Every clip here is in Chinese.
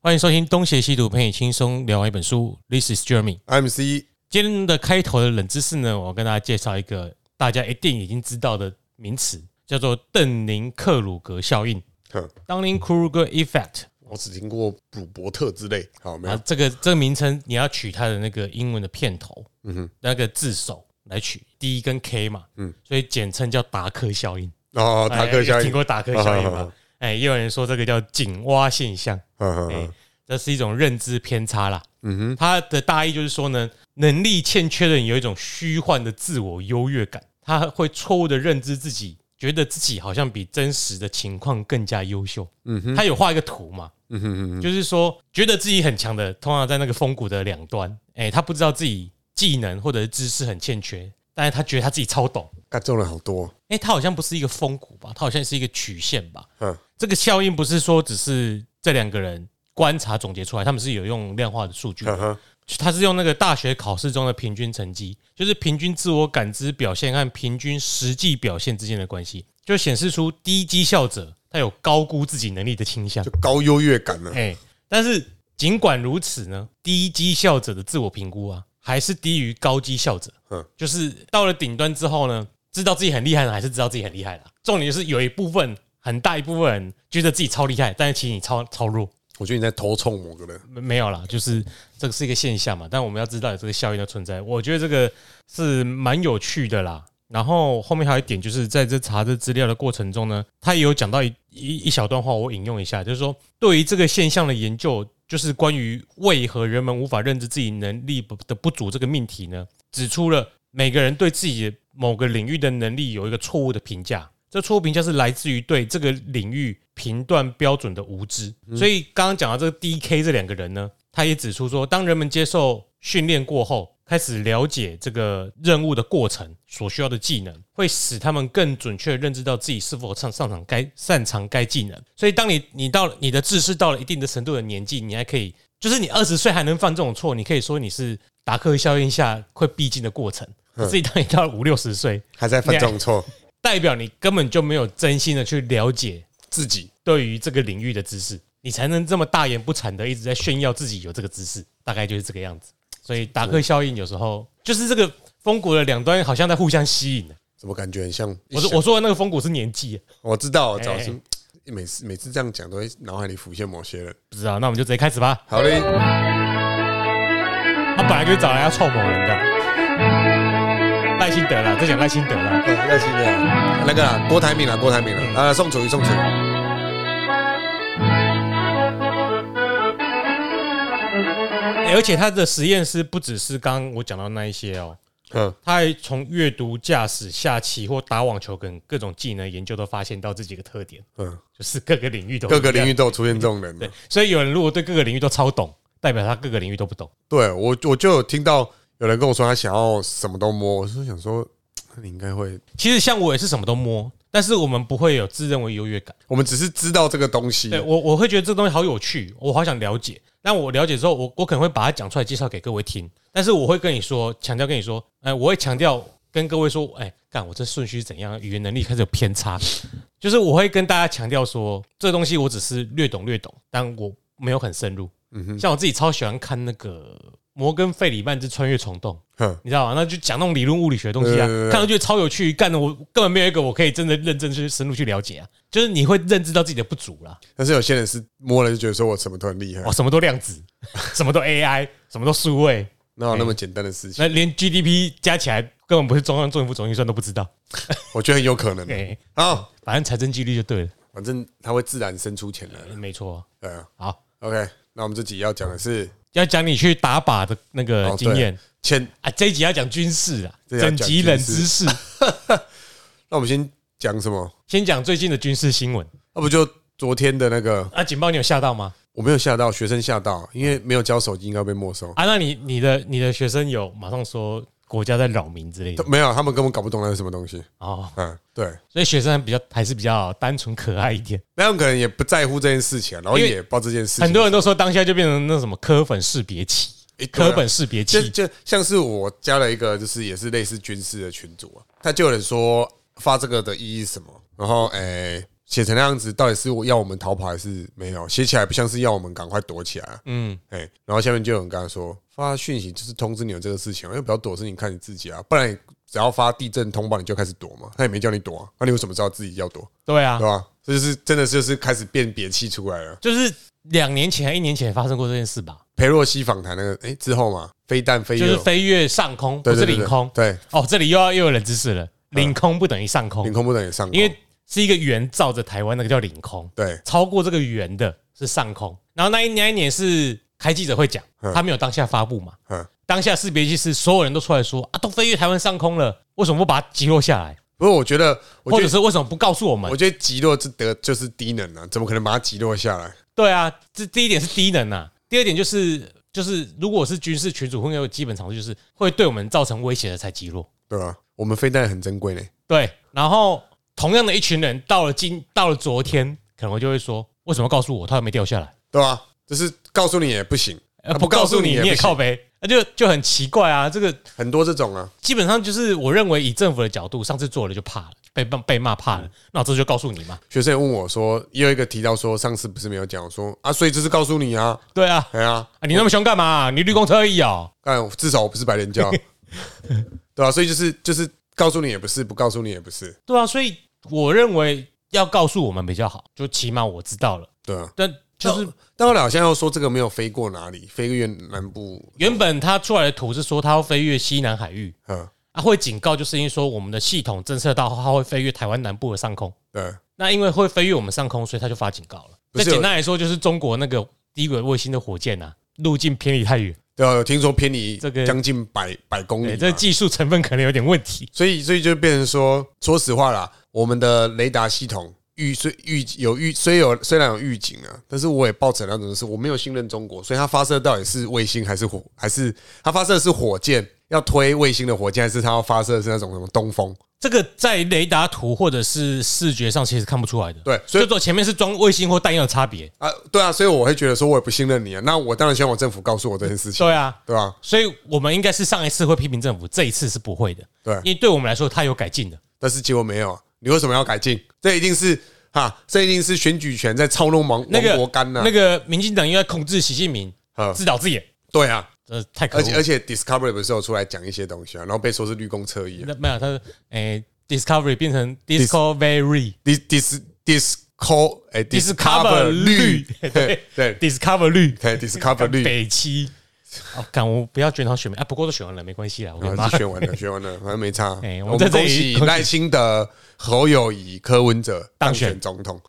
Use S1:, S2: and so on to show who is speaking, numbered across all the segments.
S1: 欢迎收听《东邪西毒》，陪你轻松聊完一本书。This is Jeremy。
S2: MC
S1: 今天的开头的冷知识呢，我跟大家介绍一个大家一定已经知道的名词，叫做邓宁克鲁格效应
S2: 哼
S1: （Dunning-Kruger Effect）。
S2: 我只听过鲁伯特之类，好没有
S1: 啊，这个这个名称你要取它的那个英文的片头，嗯哼，那个字首来取 D 跟 K 嘛，嗯，所以简称叫达克效应。
S2: 哦，
S1: 哎
S2: 塔克效
S1: 听
S2: 应，
S1: 过达克效应
S2: 啊啊
S1: 吗
S2: 啊？
S1: 哎，也有人说这个叫井蛙现象，
S2: 嗯
S1: 哎
S2: 嗯，
S1: 这是一种认知偏差啦。嗯哼，它的大意就是说呢，能力欠缺的人有一种虚幻的自我优越感，他会错误的认知自己，觉得自己好像比真实的情况更加优秀。嗯哼，他有画一个图嘛，
S2: 嗯嗯嗯，
S1: 就是说，觉得自己很强的，通常在那个风谷的两端，哎、他不知道自己技能或者是知识很欠缺，但是他觉得他自己超懂。
S2: 看中了好多，
S1: 哎、他好像不是一个风谷吧，他好像是一个曲线吧。
S2: 嗯
S1: 这个效应不是说只是这两个人观察总结出来，他们是有用量化的数据的，
S2: 嗯哼，
S1: 他是用那个大学考试中的平均成绩，就是平均自我感知表现和平均实际表现之间的关系，就显示出低绩效者他有高估自己能力的倾向
S2: 就。高优越感啊了，
S1: 哎、但是尽管如此呢，低绩效者的自我评估啊，还是低于高绩效者。
S2: 嗯
S1: 就是到了顶端之后呢，知道自己很厉害了，还是知道自己很厉害了。重点就是有一部分很大一部分人觉得自己超厉害，但是其实你超超弱。
S2: 我觉得你在头冲某个人，
S1: 没没有啦，就是这个是一个现象嘛，但我们要知道有这个效应的存在。我觉得这个是蛮有趣的啦。然后后面还有一点，就是在这查这资料的过程中呢，他也有讲到一一一小段话，我引用一下，就是说对于这个现象的研究，就是关于为何人们无法认知自己能力不的不足这个命题呢，指出了每个人对自己的某个领域的能力有一个错误的评价。这错误评价是来自于对这个领域评断标准的无知。所以刚刚讲到这个 D K 这两个人呢，他也指出说，当人们接受训练过后，开始了解这个任务的过程所需要的技能，会使他们更准确地认知到自己是否上上场该擅长该技能。所以，当你你到你的知识到了一定的程度的年纪，你还可以，就是你二十岁还能犯这种错，你可以说你是达克效应下会必经的过程。可是，当你到了五六十岁，
S2: 还在犯这种错，
S1: 代表你根本就没有真心的去了解
S2: 自己
S1: 对于这个领域的知识，你才能这么大言不惭的一直在炫耀自己有这个知识，大概就是这个样子。所以达克效应有时候就是这个风谷的两端好像在互相吸引。
S2: 怎么感觉很像？
S1: 我说我说的那个风谷是年纪，
S2: 我我知道，早
S1: 哎
S2: 是每次每次这样讲，都会脑海里浮现某些人。
S1: 不知道，那我们就直接开始吧。
S2: 好嘞，哦
S1: 他本来就是找来要臭某人的，赖辛德啦，在讲赖辛德啦。
S2: 呃那是那个那个啦郭台铭啦，郭台铭
S1: 嗯
S2: 啦，啊，宋楚瑜，宋楚瑜，
S1: 欸而且他的实验室不只是刚刚我讲到那一些哦，
S2: 嗯，
S1: 他还从阅读、驾驶、下棋或打网球等各种技能研究都发现到这几个特点，
S2: 嗯，
S1: 就是各个领域都
S2: 各个领
S1: 域
S2: 域都有出现这种人，啊
S1: 对，所以有人如果对各个领域都超懂，代表他各个领域都不懂。
S2: 对我我就有听到有人跟我说他想要什么都摸，我是想说你应该会，
S1: 其实像我也是什么都摸，但是我们不会有自认为优越感。
S2: 我们只是知道这个东西
S1: 对，我，我会觉得这东西好有趣，我好想了解。但我了解之后，我我可能会把它讲出来介绍给各位听，但是我会跟你说，强调跟你说，哎、我会强调跟各位说，哎、干我这顺序是怎样，语言能力开始有偏差， 就是我会跟大家强调说，这东西我只是略懂略懂，但我没有很深入。
S2: 嗯
S1: 像我自己超喜欢看那个摩根费里曼之《穿越虫洞》，
S2: 哼，
S1: 你知道吗？那就讲那种理论物理学的东西啊
S2: 对对，对
S1: 看上去超有趣，干的我根本没有一个我可以真的认真去深入去了解啊，就是你会认知到自己的不足啦。
S2: 但是有些人是摸了就觉得说我什么都很厉害
S1: 哦哇，，什么都量子， 什么都 AI，什么都数位，
S2: 哪有那么简单的事情？
S1: 那连 GDP 加起来根本不是中央政府总预算都不知道。
S2: 我觉得很有可能。
S1: 对，
S2: 好，
S1: 反正财政纪律就对了，
S2: 反正他会自然生出钱来的。
S1: 没错。
S2: 对啊
S1: 好，
S2: ，OK，那我们这集要讲的是
S1: 要讲你去打靶的那个
S2: 哦
S1: 经验、
S2: 前，
S1: 啊，这一集要讲军事啊，
S2: 这要
S1: 整
S2: 讲
S1: 集冷知识。
S2: 那我们先讲什么？
S1: 先讲最近的军事新闻
S2: 那不就昨天的那个？
S1: 啊，警报你有吓到吗？
S2: 我没有吓到学生吓到，因为没有交手机应该被没收。
S1: 啊，那你你的你的学生有马上说国家在扰民之类的
S2: 没有，他们根本搞不懂那是什么东西。
S1: 哦，
S2: 嗯，对，
S1: 所以学生比较还是比较单纯可爱一点。
S2: 那他们可能也不在乎这件事情，然后
S1: 因为
S2: 也报这件事情。
S1: 很多人都说当下就变成那什么科粉识别器，
S2: 诶对啊
S1: 科粉识别器
S2: 就就像是我加了一个，就是也是类似军事的群组啊，他就有人说发这个的意义是什么，然后诶、写成那样子，到底是我要我们逃跑还是没有？写起来不像是要我们赶快躲起来、啊，
S1: 嗯，
S2: 哎、然后下面就有人跟他说，发讯息就是通知你有这个事情啊，因为不要躲是你看你自己啊，不然你只要发地震通报你就开始躲嘛，他也没叫你躲啊，那你为什么知道自己要躲，
S1: 对啊
S2: 对，吧？这就是真的就是开始辨别器出来了。
S1: 就是两年前、一年前发生过这件事吧，
S2: 裴洛西访谈那个，哎、之后嘛，飞弹飞
S1: 就
S2: 越
S1: 是飞越上空，不
S2: 哎对对
S1: 是
S2: 对
S1: 领
S2: 对
S1: 空。
S2: 对，
S1: 哦，这里又要又有冷知识了，领空不等于上
S2: 领
S1: 空，
S2: 空不等于上
S1: 哦
S2: 空，
S1: 因为是一个圆照着台湾，那个叫领空。
S2: 对
S1: 超过这个圆的是上空。然后那一那一年是开记者会讲，
S2: 嗯
S1: 他没有当下发布嘛
S2: 嗯。
S1: 当下识别技师所有人都出来说啊，都飞越台湾上空了，为什么不把它击落下来？
S2: 不过我觉得，我
S1: 或
S2: 觉
S1: 者
S2: 得，
S1: 是为什么不告诉我们
S2: 我？觉得击落这得就是低能啊，怎么可能把它击落下来？
S1: 对啊，这第一点是低能啊，第二点就是就是如果是军事群组，会有基本常识，就是会对我们造成威胁的才击落。
S2: 对吧？我们飞弹很珍贵呢，
S1: 对，然后同样的一群人到了今到了昨天，可能我就会说，为什么告诉我它还没掉下来？
S2: 对吧？就是告诉你也不行，
S1: 呃
S2: 啊
S1: 不告诉你
S2: 也
S1: 你
S2: 不
S1: 也
S2: 行
S1: 靠背，那就就很奇怪啊，这个
S2: 很多这种啊，
S1: 基本上就是我认为以政府的角度，上次做了就怕了，被骂被骂怕了，那我这就告诉你嘛。
S2: 学生也问我说，也有一个提到说，上次不是没有讲，我说啊，所以这是告诉你啊，
S1: 对啊，
S2: 哎呀，
S1: 啊你那么凶干嘛、你绿公车而已哦。
S2: 但至少我不是白 人教，对啊吧、所以就是就是告诉你也不是，不告诉你也不是，
S1: 对啊，所以我认为要告诉我们比较好，就起码我知道了。
S2: 对啊。
S1: 但就是
S2: 但后来好像又说这个没有飞过哪里，飞越南部，
S1: 原本他出来的图是说他要飞越西南海域，
S2: 嗯，
S1: 啊会警告就是因为说我们的系统侦测到它会飞越台湾南部的上空，
S2: 对，
S1: 那因为会飞越我们上空，所以他就发警告了。
S2: 不
S1: 那
S2: 是有
S1: 简单来说，就是中国那个低轨卫星的火箭啊，路径偏离太远，
S2: 对啊，有听说偏离
S1: 这个
S2: 将近百百公里
S1: 对，
S2: 哎嘛，
S1: 这技术成分可能有点问题。
S2: 所以所以就变成说，说实话啦，我们的雷达系统预虽预有预虽有虽然有预警啊，但是我也抱着那种就是我没有信任中国，所以它发射到底是卫星还是火还是它发射的是火箭要推卫星的火箭，还是它要发射的是那种什么东风？
S1: 这个在雷达图或者是视觉上其实看不出来的。，
S2: 对，所
S1: 所以
S2: 以
S1: 说前面是装卫星或弹药的差别。
S2: 啊，对啊，所以我会觉得说我也不信任你啊，那我当然希望我政府告诉我这件事情，
S1: 对啊，
S2: 对吧？
S1: 所以我们应该是上一次会批评政府，这一次是不会的。
S2: 对
S1: 因为对我们来说，它有改进的。
S2: 但是结果没有啊，你为什么要改进？这一定是哈，这一定是选举权在操弄王
S1: 那
S2: 王
S1: 个
S2: 国干呐、
S1: 那个民进党又在控制习近平，
S2: 啊，
S1: 自导自演，
S2: 对啊，
S1: 这太可
S2: 而且
S1: 恶
S2: 而
S1: 了。
S2: 且 Discovery 不是有出来讲一些东西啊，然后被说是绿公车衣、啊、
S1: 那没有，他说，哎，Discovery 变成 Discovery，Discover
S2: ，Dis Dis Disco 哎、
S1: 绿
S2: 对对
S1: Discovery
S2: 对 Discover 绿，
S1: 北七。哦，干，我不要卷到选民啊！不过都选完了，没关系啦。我跟你
S2: 然后
S1: 妈
S2: 啊是，选完了，选完了，反正没差。
S1: 哎我
S2: 我
S1: 们
S2: 们
S1: 在这
S2: 恭
S1: 里
S2: 喜
S1: 恭喜
S2: 赖清德、侯友谊、柯文哲
S1: 当
S2: 当
S1: 选
S2: 选总统，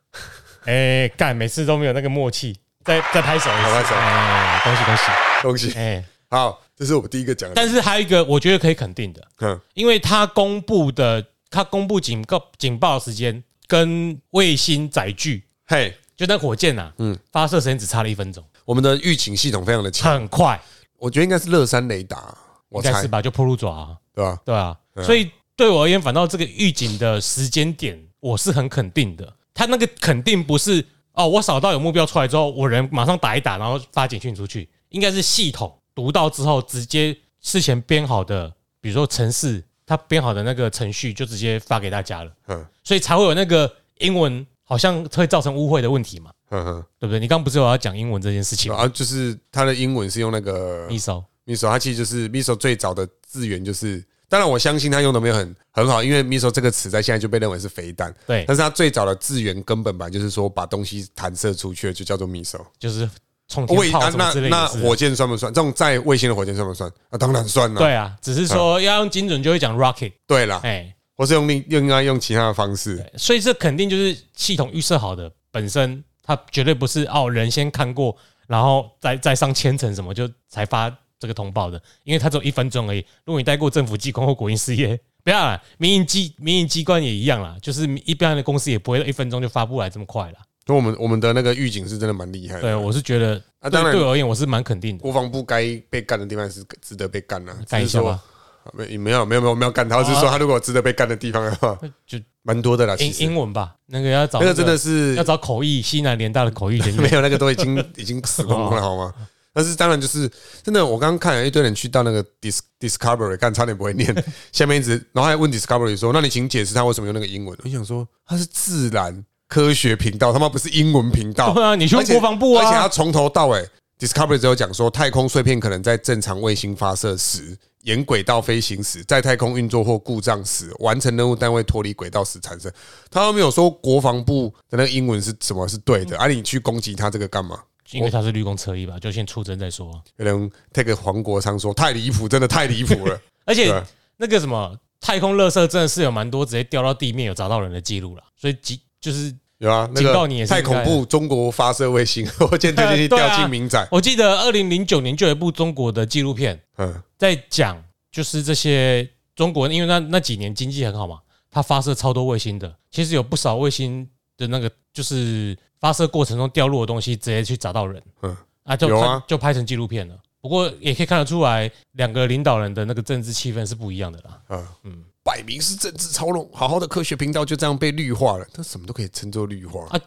S1: 哎，干，每次都没有那个默契，再再拍手一次，
S2: 好拍手
S1: 哎，恭喜恭喜。
S2: 恭喜！
S1: 哎，
S2: 好，这是我们第一个讲的，
S1: 但是还有一个我觉得可以肯定的，
S2: 嗯，
S1: 因为他公布的他公布警告警报的时间跟卫星载具，
S2: 嘿，
S1: 就那火箭啊，嗯，发射时间只差了一分钟，
S2: 我们的预警系统非常的强，
S1: 很快，
S2: 我觉得应该是乐山雷达，我
S1: 应该
S2: 猜
S1: 是吧？就破路爪、啊，
S2: 对吧？
S1: 对啊，所以对我而言，反倒这个预警的时间点，我是很肯定的。他那个肯定不是哦，我扫到有目标出来之后，我人马上打一打，然后发简讯出去，应该是系统读到之后，直接事前编好的，比如说程式，他编好的那个程序就直接发给大家了。
S2: 嗯
S1: 所以才会有那个英文好像会造成误会的问题嘛，
S2: 嗯哼，
S1: 对不对？你刚不是有要讲英文这件事情
S2: 然
S1: 吗？
S2: 后啊就是它的英文是用那个
S1: 你手
S2: miso，它其实就是 miso 最早的字源就是，当然我相信它用的没有很很好，因为 miso 这个词在现在就被认为是肥蛋，
S1: 对
S2: 但，是它最早的字源根本版就是说把东西弹射出去就叫做 miso。
S1: 就是冲
S2: 卫
S1: 天炮
S2: 啊，
S1: 什么
S2: 那
S1: 之类
S2: 那
S1: 的事。
S2: 火箭算不算？这种在卫星的火箭算不算？啊，当然算了。
S1: 对啊，只是
S2: 嗯
S1: 说要用精准就会讲 rocket，
S2: 对啦，
S1: 哎，
S2: 或是用另又应该用其他的方式。
S1: 所以这肯定就是系统预设好的，本身它绝对不是哦人先看过，然后再再上千层什么就才发这个通报的，因为它只有一分钟而已。如果你待过政府机关或国营事业， 不要啦，民营机民营机关也一样啦，就是一般的公司也不会一分钟就发布来这么快啦。
S2: 所以我们我们的那个预警是真的蛮厉害
S1: 对，
S2: 的。
S1: 我是觉得
S2: 啊
S1: 对
S2: 当然
S1: 对我而言，我是蛮肯定的。
S2: 国防部该被干的地方是值得被干啊，
S1: 干一下吧，哦
S2: 只是说。没没有没有没有没有干他，只是说他如果有值得被干的地方的话，
S1: 就
S2: 蛮多的啦。其
S1: 英
S2: 实
S1: 英文吧，那个要找
S2: 那个真的是
S1: 要找口译，西南联大的口译人员
S2: 没有那个都已经 已经死光
S1: 哦
S2: 光了，好吗？但是当然就是真的，我刚刚看了一堆人去到那个 Dis Discovery，干差点不会 念，下面一直然后还问 Discovery 说：“那你请解释他为什么用那个英文？”我想说他是自然，科学频道，他妈不是英文频道
S1: 对。啊，你去问
S2: 而且
S1: 国防部
S2: 而且他
S1: 啊，
S2: 从头到尾，Discovery 只有讲说，太空碎片可能在正常卫星发射时、沿轨道飞行时、在太空运作或故障时、完成任务单位脱离轨道时产生。他都没有说国防部的那个英文是什么是对
S1: 嗯
S2: 的，啊，你去攻击他这个干嘛？
S1: 因为他是绿工车衣吧，就先出征再说啊。
S2: 有人 take 黄国昌说太离谱，真的太离谱 了。
S1: 而
S2: 对
S1: 且
S2: 啊，
S1: 那个什么太空垃圾真的是有蛮多直接掉到地面有砸到人的记录了，所以即就是
S2: 有啊，那
S1: 警告
S2: 个
S1: 你也是
S2: 太
S1: 应该的
S2: 恐怖，中国发射卫星，我见最近
S1: 哎
S2: 去
S1: 对啊
S2: 掉进民宅，
S1: 我记得二零零九年就有一部中国的纪录片
S2: 嗯，
S1: 在讲，就是这些中国，因为那那几年经济很好嘛，它发射超多卫星的，其实有不少卫星的那个就是发射过程中掉落的东西直接去砸到人，
S2: 嗯
S1: 嗯啊就
S2: 有
S1: 拍
S2: 啊
S1: 就拍成纪录片了。不过也可以看得出来，两个领导人的那个政治气氛是不一样的啦。
S2: 啊，嗯
S1: 嗯，
S2: 摆明是政治操弄，好好的科学频道就这样被绿化了，他什么都可以称作绿化，
S1: 啊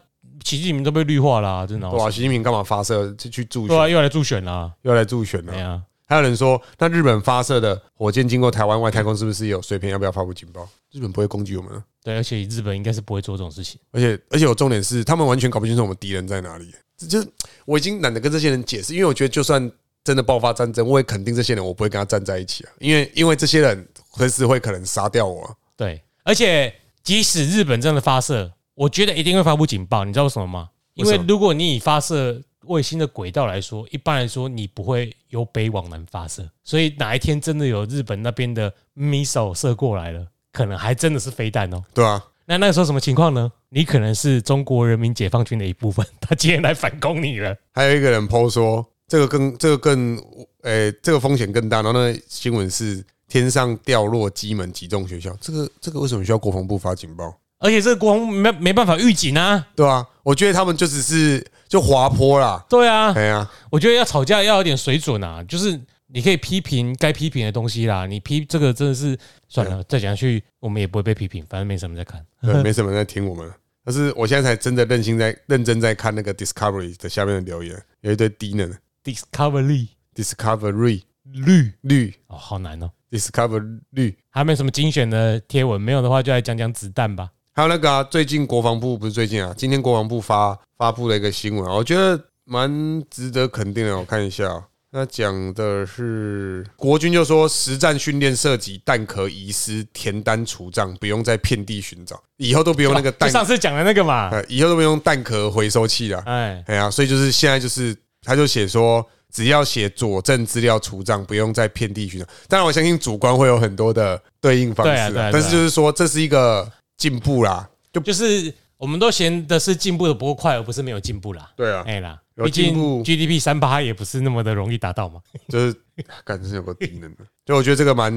S1: 习近平都被绿化啦、真的好
S2: 对啊，习近平干嘛发射就去助
S1: 哦对
S2: 选，啊
S1: 啊，又要来助选啦，
S2: 又来助选
S1: 哎
S2: 了？
S1: 呀，
S2: 还有人说，那日本发射的火箭经过台湾外太空，是不是也有碎片？要不要发布警报？日本不会攻击我们啊，
S1: 对，而且日本应该是不会做这种事情，
S2: 而且而且我重点是，他们完全搞不清楚我们敌人在哪里。这就是我已经懒得跟这些人解释，因为我觉得就算真的爆发战争，我也肯定这些人我不会跟他站在一起啊，因为因为这些人随时会可能杀掉我啊、
S1: 对，而且即使日本真的发射，我觉得一定会发布警报，你知道为什么吗？因
S2: 为
S1: 为
S2: 什么
S1: 如果你以发射卫星的轨道来说，一般来说你不会由北往南发射，所以哪一天真的有日本那边的 missile 射过来了，可能还真的是飞弹哦。
S2: 对啊，
S1: 那那个时候什么情况呢？你可能是中国人民解放军的一部分，他今天来反攻你了。
S2: 还有一个人 PO 说，这个更这个更，诶、这个风险更大。然后呢，新闻是天上掉落机门击中学校，这个这个为什么需要国防部发警报？
S1: 而且这个国防部没没办法预警啊，
S2: 对啊，我觉得他们就只是就滑坡啦。
S1: 对啊，
S2: 哎呀，
S1: 我觉得要吵架要有点水准啊，就是你可以批评该批评的东西啦。你批这个真的是算
S2: 哎
S1: 了，再讲下去我们也不会被批评，反正没什么在看。
S2: 对没什么人在听我们了。但是我现在才真的认心在认真在看那个 Discovery 的下面的留言，有一堆低能
S1: Discovery
S2: Discovery
S1: 绿
S2: 绿
S1: 哦，好难哦，
S2: Discovery 绿，
S1: 还没什么精选的贴文，没有的话就来讲讲子弹吧。
S2: 还有那个啊，最近国防部不是最近啊，今天国防部发发布了一个新闻啊，我觉得蛮值得肯定的。我看一下、啊，那讲的是国军就说实战训练涉及弹壳遗失、填单除障，不用再遍地寻找，以后都不用那个
S1: 就
S2: 弹，
S1: 上次讲的那个嘛，
S2: 呃，以后都不用弹壳回收器了。
S1: 哎，
S2: 哎呀，所以就是现在就是，他就写说，只要写佐证资料除障，不用再遍地寻找。当然，我相信主观会有很多的对应方式啊、
S1: 对啊对啊对啊
S2: 但是就是说这是一个进步啦。
S1: 就是我们都嫌的是进步的不够快，而不是没有进步啦。
S2: 对啊，
S1: 哎啦，
S2: 有
S1: 毕
S2: 进
S1: 竟
S2: 步
S1: GDP 三八也不是那么的容易达到嘛。
S2: 就是 感真是有个低能的，就我觉得这个蛮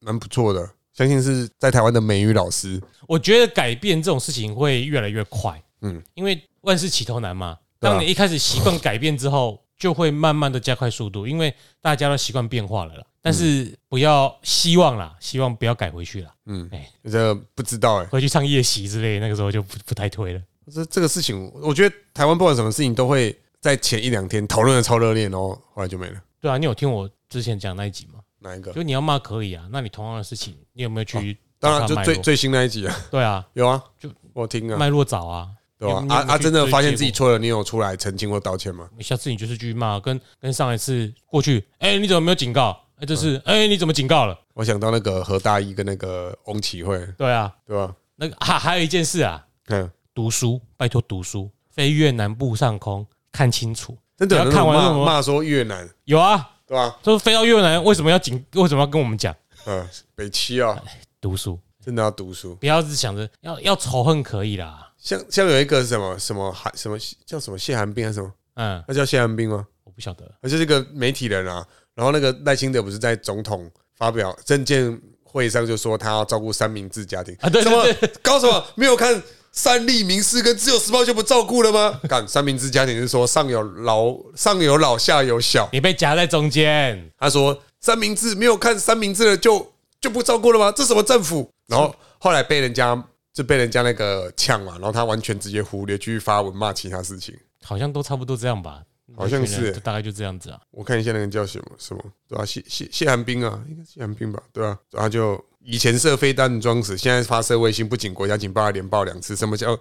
S2: 蛮不错的，相信是在台湾的美语老师，
S1: 我觉得改变这种事情会越来越快，
S2: 嗯
S1: 嗯，因为万事起头难嘛。
S2: 对啊
S1: 当你一开始习惯改变之后，就会慢慢的加快速度，因为大家都习惯变化了啦。但是不要希望啦，希望不要改回去啦，
S2: 嗯
S1: 哎，
S2: 这个不知道哎、
S1: 回去唱夜袭之类，那个时候就不不太推了。
S2: 这这个事情，我觉得台湾不管什么事情都会在前一两天讨论的超热烈，然后后来就没了。
S1: 对啊，你有听我之前讲那一集吗？
S2: 哪一个？
S1: 就你要骂可以啊，那你同样的事情，你有没有去找
S2: 哦当
S1: 它脉络？
S2: 然就最最新那一集啊，
S1: 对啊，
S2: 有啊，
S1: 就
S2: 我听啊，
S1: 脉络找啊，
S2: 对吧
S1: 你？你
S2: 啊
S1: 有没有
S2: 啊，
S1: 去
S2: 真的发现自己
S1: 追
S2: 错了，你有出来澄清或道歉吗？
S1: 你下次你就是去骂，跟跟上一次过去，哎、你怎么没有警告？哎、这是哎、你怎么警告了？
S2: 我想到那个何大一跟那个翁启慧，
S1: 对啊，
S2: 对吧？
S1: 那个 啊，还有一件事啊，
S2: 嗯，
S1: 读书，拜托读书，飞越南部上空看清楚。
S2: 真的有
S1: 你
S2: 人
S1: 要看完
S2: 骂
S1: 什么
S2: 骂说越南，
S1: 有啊，
S2: 对吧？
S1: 说飞到越南为什么要警？为什么要跟我们讲
S2: 嗯，北七啊，
S1: 读书？
S2: 真的要读书。
S1: 不要只想着要要仇恨可以啦，
S2: 像像有一个什么什么韩什么叫什么谢寒冰还是什么，
S1: 嗯，
S2: 那叫谢寒冰吗？
S1: 我不晓得，
S2: 他就是一个媒体人啊。然后那个赖清德不是在总统发表政见会上就说他要照顾三明治家庭
S1: 啊对
S2: 什么
S1: 对对
S2: 搞什么没有看三立民视跟自由时报就不照顾了吗？干三明治家庭是说上有老上有老下有小，
S1: 你被夹在中间，
S2: 他说三明治没有看三明治的就就不照顾了吗？这什么政府？然后后来被人家就被人家那个呛嘛，然后他完全直接忽略，继续发文骂其他事情。
S1: 好像都差不多这样吧？
S2: 好像是
S1: 那群人就大概就这样子啊。
S2: 我看一下那个叫什么什么，对啊，谢谢谢寒冰啊，应该是谢寒冰吧，对啊，然后就以前射飞弹装死，现在发射卫星，不仅国家警报还连报两次，什么叫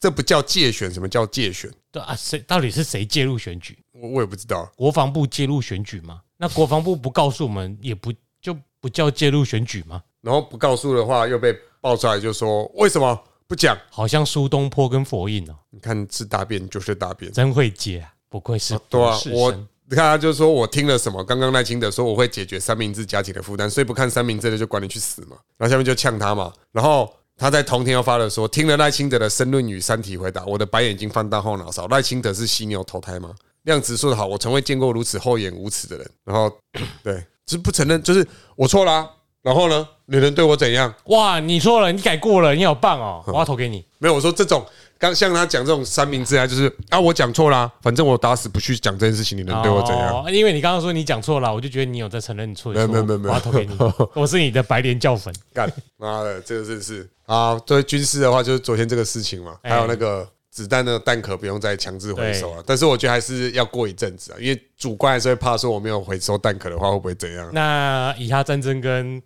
S2: 这不叫界选？什么叫界选？
S1: 对啊，谁到底是谁介入选举？
S2: 我我也不知道。
S1: 国防部介入选举吗？那国防部不告诉我们，也不就不叫介入选举吗？
S2: 然后不告诉的话，又被爆出来，就说为什么不讲？
S1: 好像苏东坡跟佛印哦，
S2: 你看是大便就是大便，
S1: 真会接啊，不愧是
S2: 对啊
S1: 博士，
S2: 我
S1: 生
S2: 你看他就说我听了什么，刚刚赖清德说我会解决三明治家庭的负担，所以不看三明治的就管你去死嘛。然后下面就呛他嘛，然后他在同天又发了说，听了赖清德的申论与三题回答，我的白眼已经翻到后脑勺。赖清德是犀牛投胎吗？量子说的好，我从未见过如此厚颜无耻的人。然后对，就是不承认，就是我错啦、然后呢，你能对我怎样？
S1: 哇，你错了，你改过了，你好棒 哦，我要投给你。
S2: 没有，我说这种刚像他讲这种三明治啊，就是啊，我讲错啦、反正我打死不去讲这件事情，你能对我怎样？
S1: 哦？因为你刚刚说你讲错了，我就觉得你有在承认错。
S2: 没有
S1: 说
S2: 没有没
S1: 我
S2: 有
S1: 要投给 你，我是你的白莲教粉。
S2: 干妈的，这个真是啊！对军事的话，就是昨天这个事情嘛，
S1: 哎
S2: 还有那个子弹的弹壳不用再强制回收了。但是我觉得还是要过一阵子啊，因为主观还是会怕说我没有回收弹壳的话会不会怎样？
S1: 那以哈战争跟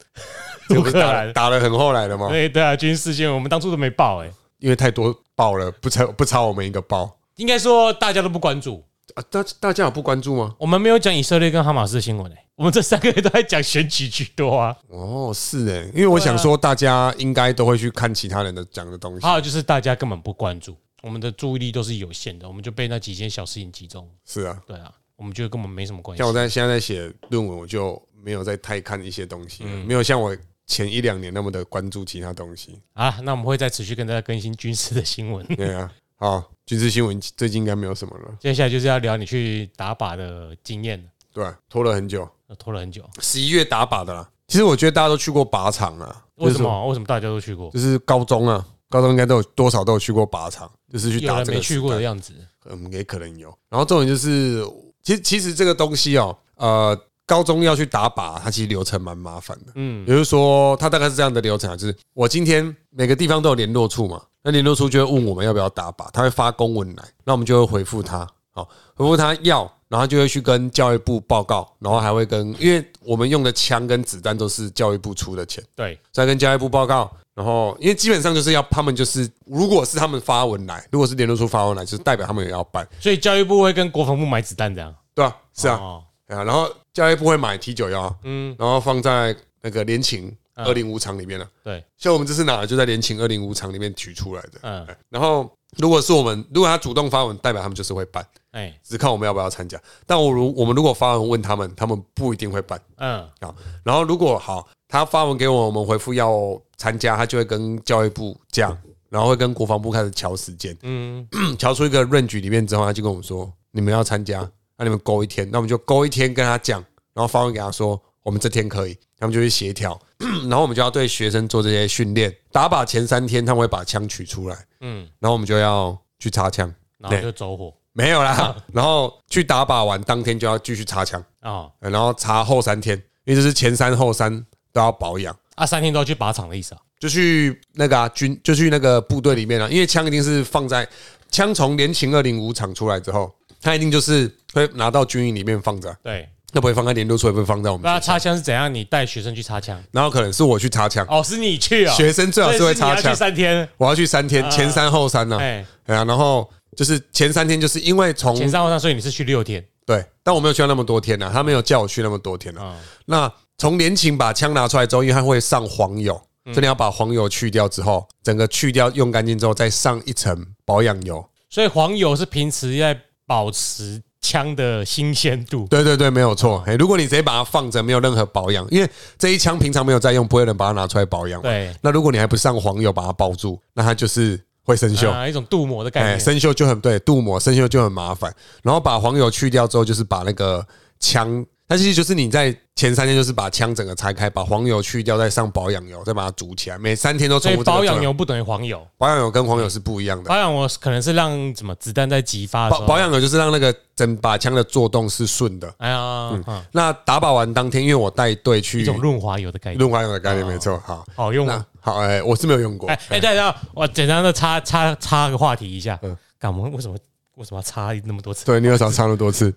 S2: 这
S1: 乌
S2: 不是
S1: 克
S2: 打了
S1: 兰，
S2: 打了很后来了吗？
S1: 对对啊，军事新闻我们当初都没报哎、
S2: 因为太多爆了，不超不超我们一个爆
S1: 应该说大家都不关注。
S2: 啊！大大家有不关注吗？
S1: 我们没有讲以色列跟哈马斯的新闻哎、我们这三个月都在讲选举居多啊。
S2: 哦，是哎、因为我想说大家应该都会去看其他人的讲的东西
S1: 还，有就是大家根本不关注，我们的注意力都是有限的，我们就被那几件小事情集中。
S2: 是啊。
S1: 对啊，我们觉得根本没什么关系
S2: 像。我在现在在写论文，我就没有再太看一些东西了，没有像我前一两年那么的关注其他东西。
S1: 啊，那我们会再持续跟大家更新军事的新闻。
S2: 对啊，好，军事新闻最近应该没有什么了，
S1: 接下来就是要聊你去打靶的经验了，
S2: 对吧、拖了很久，
S1: 呃拖了很久。
S2: 十一月打靶的啦。其实我觉得大家都去过靶场啊，
S1: 为什
S2: 就是？
S1: 么？为什么大家都去过？
S2: 就是高中啊，高中应该都有多少都有去过靶场，就是去
S1: 有
S2: 打
S1: 人
S2: 这
S1: 没
S2: 个
S1: 去
S2: 时
S1: 过的
S2: 代，
S1: 样子。
S2: 嗯，也可能有。然后重点就是，其实其实这个东西哦，呃，高中要去打靶，它其实流程蛮麻烦的。
S1: 嗯，
S2: 也就是说，它大概是这样的流程啊，就是我今天每个地方都有联络处嘛，那联络处就会问我们要不要打靶，他会发公文来，那我们就会回复他，好，回复他要，然后就会去跟教育部报告，然后还会跟，因为我们用的枪跟子弹都是教育部出的钱，
S1: 对，
S2: 再跟教育部报告。然后，因为基本上就是要他们就是，如果是他们发文来，如果是联络处发文来，就是代表他们也要办，
S1: 所以教育部会跟国防部买子弹这样。
S2: 对啊，是啊，
S1: 哦，
S2: 啊，然后教育部会买 T 九幺，
S1: 嗯，
S2: 然后放在那个联勤二零五厂里面了、
S1: 对，
S2: 像我们这次拿的就在联勤二零五厂里面取出来的。
S1: 嗯，
S2: 然后如果是我们，如果他主动发文，代表他们就是会办，
S1: 哎，
S2: 只看我们要不要参加。但我如我们如果发文问他们，他们不一定会办
S1: 嗯，
S2: 啊。然后如果好，他发文给我，我们回复要参加，他就会跟教育部讲，然后会跟国防部开始调时间，
S1: 嗯，
S2: 调出一个 range 里面之后，他就跟我们说，你们要参加，那你们勾一天，那我们就勾一天跟他讲，然后发文给他说，我们这天可以，他们就去协调，嗯然后我们就要对学生做这些训练。打靶前三天，他们会把枪取出来，
S1: 嗯，
S2: 然后我们就要去插枪，
S1: 然后就走火
S2: 没有啦，然后去打靶完当天就要继续插枪，
S1: 啊
S2: 呃然后插后三天，因为这是前三后三都要保养。
S1: 啊，三天都要去靶场的意思啊。
S2: 就去那个啊军，就去那个部队里面了、啊因为枪一定是放在枪从联勤二零五厂出来之后，它一定就是会拿到军营里面放着，
S1: 对，
S2: 那不会放在联络处，也不会放在我们
S1: 那
S2: 学校。
S1: 插枪是怎样？你带学生去插枪？
S2: 然后可能是我去插枪，
S1: 哦，是你去啊？
S2: 学生最好是会插
S1: 所以你要
S2: 枪
S1: 去，三天。
S2: 我要去三天，前三后三呢、啊，
S1: 哎，
S2: 哎呀，然后就是前三天就是因为从
S1: 前三后三，所以你是去六天。
S2: 对，但我没有去到那么多天呢、啊，他没有叫我去那么多天呢、啊。
S1: 嗯，
S2: 那从联勤把枪拿出来之后，因为它会上黄油，所以你要把黄油去掉之后，整个去掉用干净之后，再上一层保养油。
S1: 所以黄油是平时在保持枪的新鲜度。
S2: 对对对，没有错。哎、如果你直接把它放着，没有任何保养，因为这一枪平常没有在用，不会有人把它拿出来保养。
S1: 对，
S2: 那如果你还不上黄油把它包住，那它就是会生锈。
S1: 啊，一种镀膜的概
S2: 哎、
S1: 念。
S2: 生锈就很对，镀膜生锈就很麻烦。然后把黄油去掉之后，就是把那个枪，它其实就是你在前三天就是把枪整个拆开，把黄油去掉，再上保养油，再把它煮起来。每三天都
S1: 所
S2: 重
S1: 以
S2: 复这个
S1: 保养嗯
S2: 作用，
S1: 油不等于黄油，
S2: 保养油跟黄油是不一样的。
S1: 保养油可能是让什么子弹在激发的时
S2: 保
S1: 候
S2: 保养油就是让那个整把枪的作动是顺的。
S1: 哎呀，嗯
S2: 那打靶完当天，因为我带队去
S1: 一种润滑油的概念，
S2: 润滑油的概念没错，好，
S1: 好用
S2: 嗯那
S1: 吗？
S2: 好，哎，我是没有用过
S1: 哎，哎，大家，我简单的插插插个话题一下，
S2: 嗯
S1: 干嘛？为什么为什么要插那么多次？
S2: 对你有少插了多次，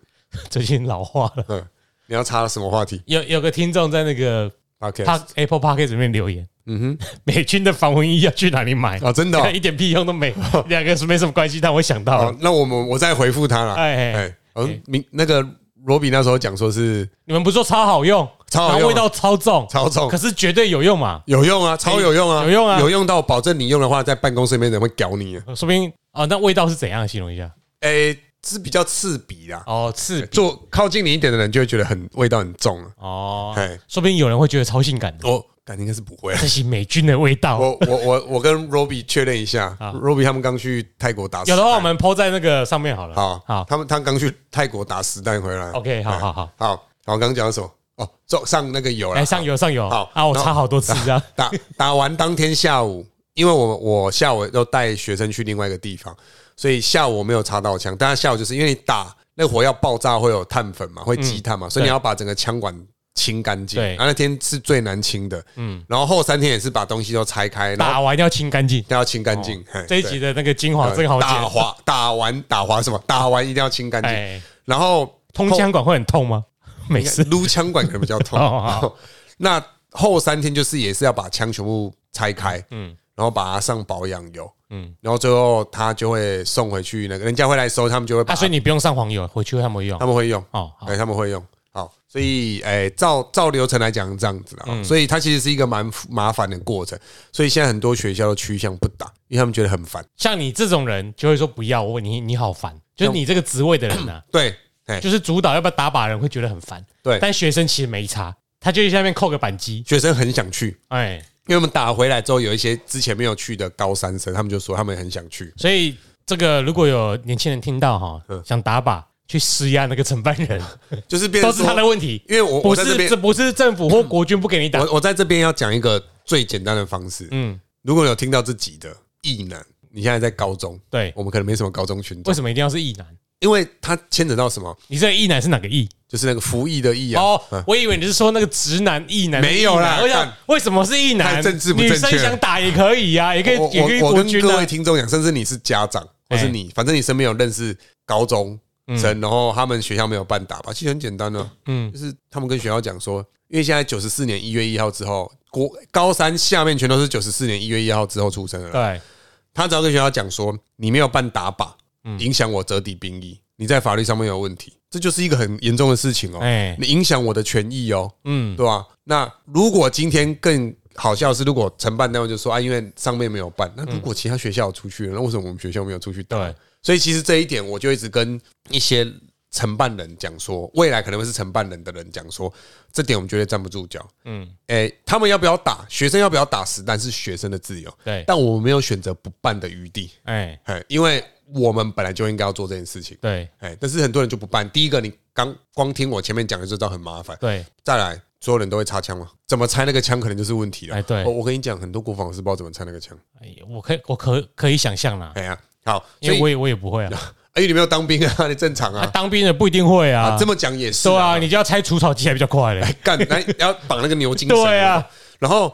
S1: 最近老化了。
S2: 嗯，你要插什么话题？
S1: 有有个听众在那个
S2: ，Podcast，
S1: 他 Apple Park 里面留言，
S2: 嗯
S1: 美军的防蚊衣要去哪里买
S2: 哼，？啊，真的 哦
S1: 看一点屁用都没， 两个是没什么关系，但我想到
S2: 好
S1: 了，，
S2: 那我们我再回复他了。
S1: 哎哎，
S2: 哦哎，嗯，明那个罗比那时候讲说是
S1: 你们不是说超好用，
S2: 超好
S1: 然后
S2: 用啊
S1: 味道超重，
S2: 超重
S1: 可，是绝对有用嘛，
S2: 有用啊，超有用啊，
S1: 有用啊
S2: 有用到保证你用的话，在办公室里面人会屌你啊。
S1: 说不定啊，那味道是怎样？形容一下
S2: 哎，是比较刺鼻啦，
S1: 哦，刺鼻
S2: 坐靠近你一点的人就会觉得很味道很重啊。
S1: 哦
S2: 哎，
S1: 说不定有人会觉得超性感的，
S2: 我感应该是不会啊。
S1: 这是美军的味道。
S2: 我我我我跟 Roby 确认一下
S1: 好
S2: ，Roby 他们刚去泰国打实
S1: 啊有
S2: 弹，
S1: 的话我们抛在那个上面好了。
S2: 好
S1: 好
S2: 他们他刚去泰国打实弹回来。
S1: ，OK，好
S2: 哎
S1: 好好，
S2: 好，好，刚刚讲到什么？哦，上上那个油
S1: 来
S2: 了，
S1: 哎上油上油。
S2: 好
S1: 啊，我
S2: 然后
S1: 擦好多次 这样。
S2: 打打完当天下午，因为我我下午要带学生去另外一个地方，所以下午我没有插到枪。但是下午就是因为你打那火药爆炸会有碳粉嘛，会积碳嘛，所以你要把整个枪管清干净。
S1: 嗯对
S2: 然后那天是最难清的，
S1: 嗯
S2: 嗯。然后后三天也是把东西都拆开，然后
S1: 打完要清干净。
S2: 都要清干净。嘿
S1: 这一
S2: 对呃
S1: 集的那个精华真好
S2: 打
S1: 剪。
S2: 滑打完打滑什么？打完一定要清干净。
S1: 哎，
S2: 然后
S1: 通
S2: 后
S1: 枪管会很痛吗？没事。
S2: 撸枪管可能比较 痛。
S1: 哦
S2: 然后那后三天就是也是要把枪全部拆开，
S1: 嗯
S2: 然后把它上保养油，
S1: 嗯。
S2: 然后最后他就会送回去那个人家会来收，他们就会把
S1: 啊，所以你不用上黄油，回去他们会用
S2: 他。们会用，
S1: 哦，好
S2: 哎，他们会用。好，所以哎，照照流程来讲是这样子
S1: 嗯
S2: 啦，所以它其实是一个蛮麻烦的过程，所以现在很多学校都趋向不打，因为他们觉得很烦。
S1: 像你这种人就会说不要，我你你好烦，就是你这个职位的人啊呐、
S2: 对，哎，
S1: 就是主导要不要打靶的人会觉得很烦，
S2: 对
S1: 但学生其实没差，他就去下面扣个扳机，
S2: 学生很想去，
S1: 哎，
S2: 因为我们打回来之后，有一些之前没有去的高三生，他们就说他们很想去。
S1: 所以这个如果有年轻人听到哈，想打靶去施压那个承办人，
S2: 嗯就是变
S1: 都
S2: 成
S1: 是他的
S2: 说，
S1: 问题，
S2: 因为我
S1: 不
S2: 我在这
S1: 是
S2: 边
S1: 这，不是政府或国军不给你打，
S2: 我我在这边要讲一个最简单的方式。
S1: 嗯，
S2: 如果有听到自己的异男，你现在在高中，
S1: 对，
S2: 我们可能没什么高中群众
S1: 为，什么一定要是异男？
S2: 因为它牵扯到什么，
S1: 你这个异男是哪个异？
S2: 就是那个服役的役啊。
S1: 哦，我以为你是说那个直男异男的
S2: 没有啦
S1: 异男我想
S2: 干
S1: 为什么是异男？
S2: 太政治不
S1: 女
S2: 正确
S1: 生想打也可以呀，也可以
S2: 我
S1: 也可以国
S2: 我我跟
S1: 军
S2: 各
S1: 啊
S2: 位。听众讲，甚至你是家长，或是
S1: 哎
S2: 你，反正你身边有认识高中生，然后他们学校没有办打吧，其实很简单啊，
S1: 嗯
S2: 嗯，就是他们跟学校讲说，因为现在九十四年一月一号之后，国高三下面全都是九十四年一月一号之后出生的啦，
S1: 对，
S2: 他只要跟学校讲说，你没有办打靶，影响我折抵兵役，你在法律上面有问题，这就是一个很严重的事情哦、
S1: 哎
S2: 你影响我的权益哦、
S1: 嗯，
S2: 对吧、那如果今天更好笑的是，如果承办单位就说啊，因为上面没有办，那如果其他学校有出去了，那为什么我们学校没有出去打？
S1: 嗯对，
S2: 所以其实这一点，我就一直跟一些承办人讲说，未来可能会是承办人的人讲说，这点我们绝对站不住脚。
S1: 嗯，
S2: 诶、他们要不要打学生要不要打实弹是学生的自由，
S1: 对，
S2: 但我们没有选择不办的余地，
S1: 哎，
S2: 哎，因为我们本来就应该要做这件事情，
S1: 对
S2: 哎，但是很多人就不办。第一个，你刚光听我前面讲的就知道很麻烦，
S1: 对，
S2: 再来，所有人都会插枪吗？怎么拆那个枪，可能就是问题了。
S1: 哎对
S2: 我我跟你讲，很多国防老师不知道怎么拆那个枪。
S1: 哎我可以我可可以想象啦，
S2: 哎呀，好，
S1: 因
S2: 所以
S1: 为我也我也不会啊，
S2: 哎，你没有当兵啊，你正常
S1: 啊
S2: 啊。
S1: 当兵的不一定会 啊
S2: 啊，，这么讲也是
S1: 对啊，你就要拆除草机还比较快嘞，
S2: 干，那要绑那个牛筋绳。
S1: 对啊，
S2: 然后，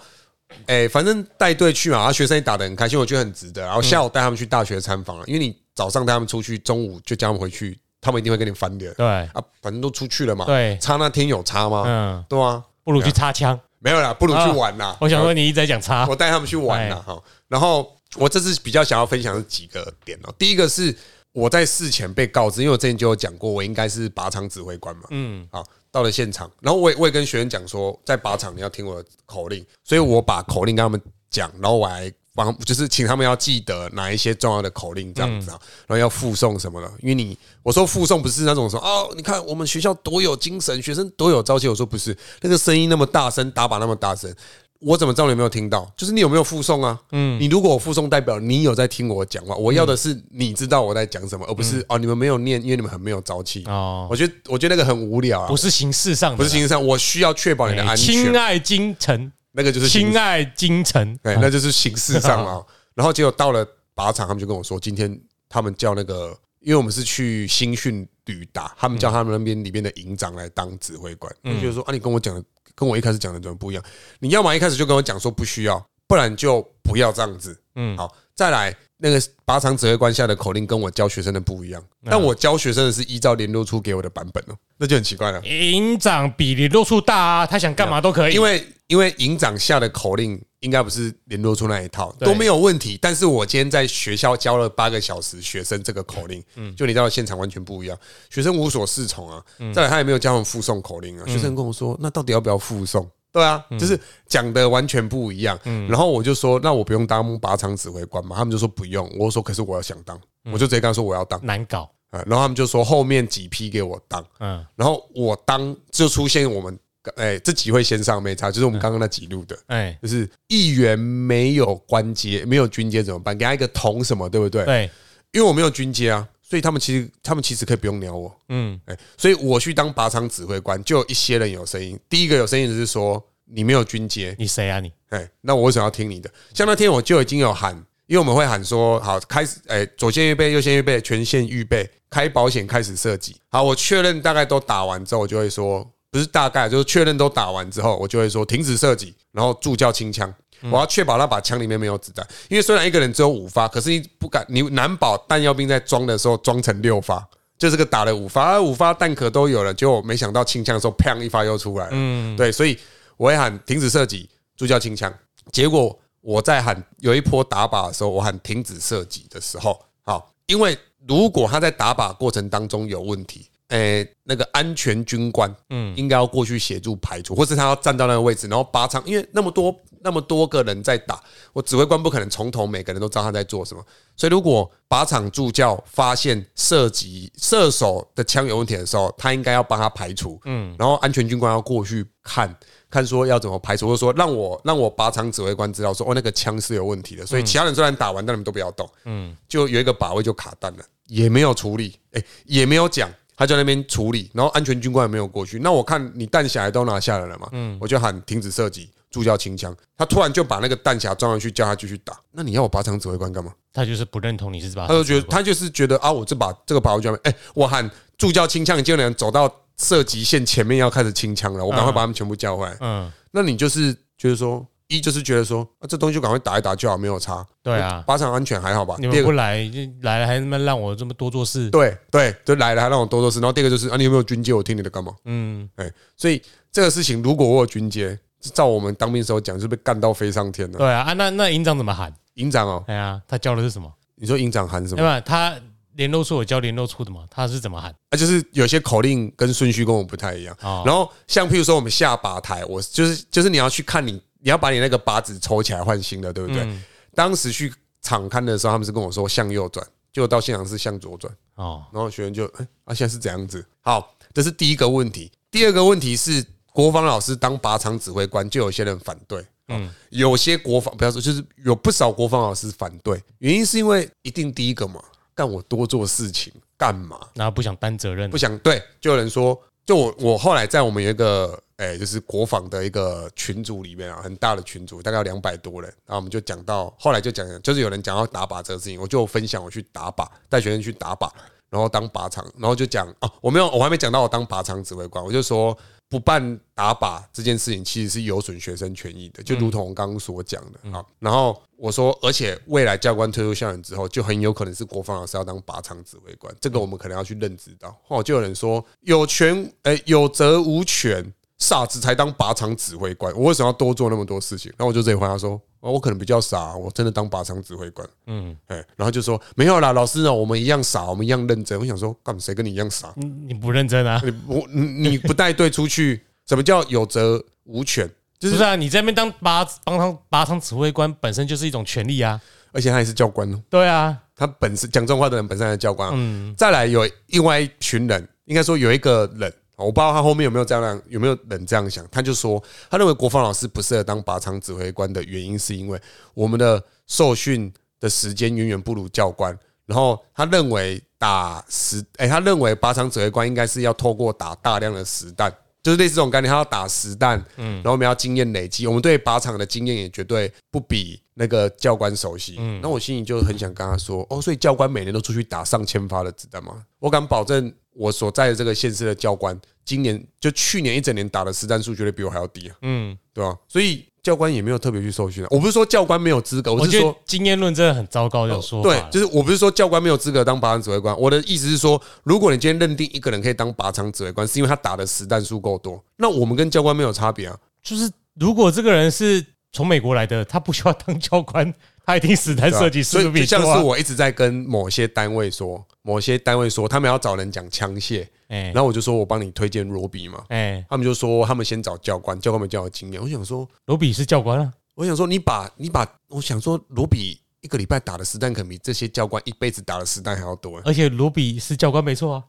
S2: 哎，反正带队去嘛，然后学生也打得很开心，我觉得很值得。然
S1: 嗯
S2: 后下午带他们去大学参访啊了，因为你早上带他们出去，中午就叫他们回去，他们一定会跟你翻脸
S1: 对
S2: 啊。反正都出去了嘛，
S1: 对，
S2: 差那天有差吗？
S1: 嗯，
S2: 对啊，
S1: 不如去擦枪，
S2: 没有啦，不如去玩啦。
S1: 啊我想说哎你一直在讲擦，
S2: 我带他们去玩了哈。然后我这次比较想要分享的几个点哦、第一个是我在事前被告知，因为我之前就有讲过，我应该是靶场指挥官嘛。
S1: 嗯，
S2: 好，到了现场，然后我也我也跟学员讲说，在靶场你要听我的口令，所以我把口令跟他们讲，然后我还帮就是请他们要记得哪一些重要的口令这样子啊，然后要附送什么的，因为你我说附送不是那种说哦，你看我们学校多有精神，学生多有朝气，我说不是，那个声音那么大声，打靶那么大声。我怎么知道你有没有听到？就是你有没有附送啊？嗯，你如果有附送，代表你有在听我讲话。我要的是你知道我在讲什么，而不是哦你们没有念，因为你们很没有朝气。
S1: 嗯哦，
S2: 我觉得我觉得那个很无聊啊
S1: 不。是形式上的啦，
S2: 不是形式上，我需要确保你的
S1: 哎
S2: 安
S1: 亲
S2: 全，
S1: 爱京城，
S2: 那个就是形
S1: 亲啊
S2: 式，
S1: 爱京城，
S2: 哎，那就是形式上啊。然后结果到了靶场，他们就跟我说，今天他们叫那个，因为我们是去新训旅打，他们叫他们那边里面的营长来当指挥官。我就觉得说啊，你跟我讲的，跟我一开始讲的怎么不一样？你要么一开始就跟我讲说不需要，不然就不要这样子。
S1: 嗯
S2: 好，再来，那个靶场指挥官下的口令跟我教学生的不一样，但我教学生的是依照联络处给我的版本哦、那就很奇怪了。
S1: 营长比你落处大啊，他想干嘛都可以。
S2: 因为因为营长下的口令应该不是联络处那一套，
S1: 对
S2: 都没有问题。但是我今天在学校教了八个小时学生这个口令，
S1: 嗯
S2: 就你到了现场完全不一样，学生无所适从啊。再来，他也没有教我们附送口令啊。
S1: 嗯
S2: 学生跟我说，那到底要不要附送？对啊，就是讲的完全不一样。
S1: 嗯
S2: 然后我就说，那我不用当靶场指挥官嘛？他们就说不用。我说，可是我要想当，
S1: 嗯
S2: 我就直接跟他说我要当
S1: 难搞，
S2: 啊。然后他们就说后面几批给我当。
S1: 嗯，
S2: 然后我当就出现我们哎、这几位先上没差，就是我
S1: 嗯
S2: 们刚刚那几路的，
S1: 哎，
S2: 就是议员没有官阶，没有军阶怎么办？给他一个铜什么，对不对？
S1: 对，
S2: 因为我没有军阶啊，所以他们其实他们其实可以不用鸟我，
S1: 嗯，
S2: 哎、所以我去当靶场指挥官，就有一些人有声音。第一个有声音的是说你没有军阶，
S1: 你谁啊你？
S2: 哎、那我为什么要听你的？像那天我就已经有喊，因为我们会喊说，好，开始，哎、左线预备，右线预备，全线预备，开保险，开始射击。好，我确认大概都打完之后，我就会说，不是大概，就是确认都打完之后，我就会说停止射击，然后助教清枪。我要确保那把枪里面没有子弹，因为虽然一个人只有五发，可是你不敢，你难保弹药兵在装的时候装成六发，就这个打了五发，啊五发弹壳都有了，结果没想到清枪的时候，砰一发又出来了。嗯，对，所以我也喊停止射击，助教清枪。结果我在喊有一波打靶的时候，我喊停止射击的时候，好，因为如果他在打靶过程当中有问题，诶、那个安全军官，嗯，应该要过去协助排除，或是他要站到那个位置，然后靶场，因为那么多那么多个人在打，我指挥官不可能从头每个人都知道他在做什么，所以如果靶场助教发现射击射手的枪有问题的时候，他应该要帮他排除，嗯，然后安全军官要过去看。看说要怎么排除，或者说让我让我靶场指挥官知道说哦那个枪是有问题的，所以其他人虽然打完，但你们都不要动。嗯，就有一个靶位就卡弹了，也没有处理，哎、也没有讲，他就在那边处理，然后安全军官也没有过去。那我看你弹匣也都拿下来了嘛，嗯，我就喊停止射击，助教清枪。他突然就把那个弹匣装上去，叫他继续打。那你要我靶场指挥官干嘛？
S1: 他就是不认同你是吧？
S2: 他就觉得他就是觉得啊，我这把这个把我就哎、我喊助教清枪，已经有人走到射击线前面要开始清枪了，我赶快把他们全部叫回来。
S1: 嗯，
S2: 那你就是觉得说，一就是觉得说，啊，这东西就赶快打一打就好，没有差。
S1: 对啊，
S2: 靶场安全还好吧？
S1: 你
S2: 第
S1: 们
S2: 二
S1: 不
S2: 个，
S1: 来就来了，还他妈让我这么多做事，
S2: 对对，就来了还让我多做事。然后第二个就是，啊，你有没有军阶？我听你的干嘛？
S1: 嗯，
S2: 哎，所以这个事情，如果我有军阶，照我们当兵时候讲，就是被干到飞上天了。
S1: 对啊，啊，那那营长怎么喊？
S2: 营长哦，
S1: 哎呀，他教的是什么？
S2: 你说营长喊什
S1: 对
S2: 么？
S1: 吧？他联络处我教联络处的嘛，他是怎么喊？
S2: 啊，就是有些口令跟顺序跟我们不太一样。
S1: 哦
S2: 然后像譬如说我们下靶台，我就是就是你要去看你，你要把你那个靶子抽起来换新的，对不对？当时去场勘的时候，他们是跟我说向右转，结果到现场是向左转。
S1: 哦，
S2: 然后学员就，哎、啊，现在是怎样子？好，这是第一个问题。第二个问题是，国防老师当靶场指挥官，就有些人反对。嗯，有些国防不要说，就是有不少国防老师反对，原因是因为一定第一个嘛，干我多做事情干嘛？
S1: 然后不想担责任
S2: 不，想对，就有人说，就我我后来在我们有一个哎、就是国防的一个群组里面啊，很大的群组，大概有两百多人，然后我们就讲到后来就讲，就是有人讲到打靶这个事情，我就分享我去打靶，带学生去打靶，然后当靶场，然后就讲哦，我没有，我还没讲到我当靶场指挥官，我就说。不办打靶这件事情其实是有损学生权益的，就如同我刚刚所讲的啊。然后我说，而且未来教官退出校园之后，就很有可能是国防老师要当靶场指挥官，这个我们可能要去认知到。哦，就有人说有权，呃，有责无权，傻子才当靶场指挥官，我为什么要多做那么多事情？然后我就直接回答说，哦，我可能比较傻，我真的当靶场指挥官。嗯，哎，然后就说没有啦，老师呢，我们一样傻，我们一样认真。我想说，干谁跟你一样傻？
S1: 你你不认真啊？
S2: 你不你你不带队出去，什么叫有责无权？就
S1: 不
S2: 是
S1: 是啊，你在那边当拔帮他拔场指挥官本身就是一种权利啊，
S2: 而且他也是教官哦，
S1: 对啊，
S2: 他本身讲这种话的人本身还是教官、嗯，再来有另外一群人，应该说有一个人，我不知道他后面有没有这样有没有人这样想，他就说他认为国防老师不适合当靶场指挥官的原因，是因为我们的受训的时间远远不如教官。然后他认为打实，哎、他认为靶场指挥官应该是要透过打大量的实弹，就是类似这种概念，他要打实弹，嗯，然后我们要经验累积，我们对靶场的经验也绝对不比那个教官熟悉。嗯，那我心里就很想跟他说，哦，所以教官每年都出去打上千发的子弹吗？我敢保证，我所在的这个县市的教官，今年就去年一整年打的实弹数绝对比我还要低啊，
S1: 嗯，
S2: 对吧、所以教官也没有特别去受训啊。我不是说教官没有资格，
S1: 我
S2: 我是
S1: 觉得
S2: 说。
S1: 经验论真的很糟糕的说法
S2: 对
S1: 了。，
S2: 就是我不是说教官没有资格当靶场指挥官，我的意思是说，如果你今天认定一个人可以当靶场指挥官，是因为他打的实弹数够多，那我们跟教官没有差别啊。
S1: 就是如果这个人是从美国来的，他不需要当教官，他一定实弹
S2: 对吧
S1: 射击
S2: 所
S1: 是
S2: 以
S1: 不比
S2: 就像
S1: 多
S2: 是
S1: 啊。
S2: 我一直在跟某些单位说，某些单位说他们要找人讲枪械，
S1: 哎
S2: 然后我就说我帮你推荐罗比嘛，
S1: 哎，
S2: 他们就说他们先找教官，教官没教我经验。我想说，
S1: 罗比是教官啊，
S2: 我想说你把你把，我想说罗比一个礼拜打的实弹，可能比这些教官一辈子打的实弹还要多。
S1: 而且罗比是教官没错啊，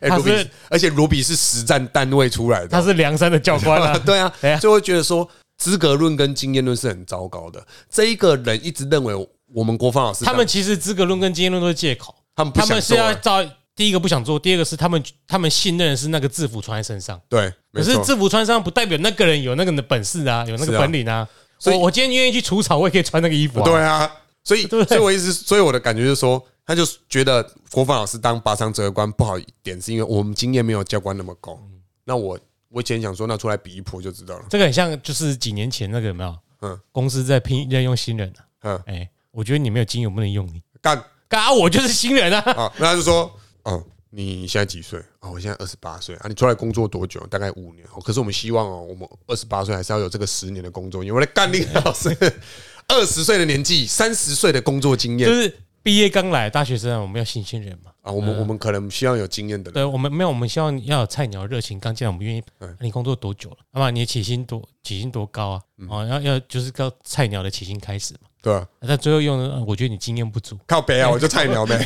S2: 哎，
S1: 他
S2: 罗比
S1: 是
S2: 是，而且罗比是实战单位出来的
S1: 他，是梁山的教 官啊。
S2: 对啊
S1: 哎呀，
S2: 就会觉得说资格论跟经验论是很糟糕的。这一个人一直认为我们国防老师
S1: 他们其实资格论跟经验论都是借口，
S2: 他们不
S1: 他
S2: 想
S1: 们是
S2: 做
S1: 要
S2: 啊，
S1: 照第一个不想做，第二个是他们他们信任的是那个制服穿在身上。
S2: 对，
S1: 可
S2: 没
S1: 是
S2: 错，
S1: 制服穿上不代表那个人有那个人的本事啊，有那
S2: 是
S1: 个
S2: 啊
S1: 本领啊。
S2: 所以
S1: 我我今天愿意去除草，我也可以穿那个衣服啊。
S2: 对啊。所以，
S1: 对
S2: 所以我一直，所以我的感觉就是说，他就觉得国防老师当八商指挥官不好一点，是因为我们经验没有教官那么高。
S1: 嗯
S2: 那我我以前想说，那出来比一波就知道了。
S1: 这个很像就是几年前那个有没有？
S2: 嗯
S1: 公司在聘任用新人啊。
S2: 嗯，
S1: 哎、我觉得你没有经验，我不能用你。
S2: 干
S1: 嘎，我就是新人啊。
S2: 啊！那他就说，哦，你现在几岁？哦，我现在二十八岁啊。你出来工作多久？大概五年。哦可是我们希望哦，我们二十八岁还是要有这个十年的工作经验。我来干你老师， 二十岁的年纪，三十岁的工作经验
S1: 就是毕业刚来大学生啊，我们要新鲜人嘛。
S2: 啊。我们我们可能需要有经验的人。
S1: 对我们没有，我们希望要有菜鸟热情。刚进来，我们愿意。
S2: 嗯
S1: 啊你工作多久了？啊妈，你的起薪多起薪多高啊？
S2: 嗯
S1: 哦，要要就是高菜鸟的起薪开始嘛。
S2: 对啊，
S1: 但最后用的，呃我觉得你经验不足。
S2: 靠北
S1: 嗯
S2: 啊，我就菜鸟呗。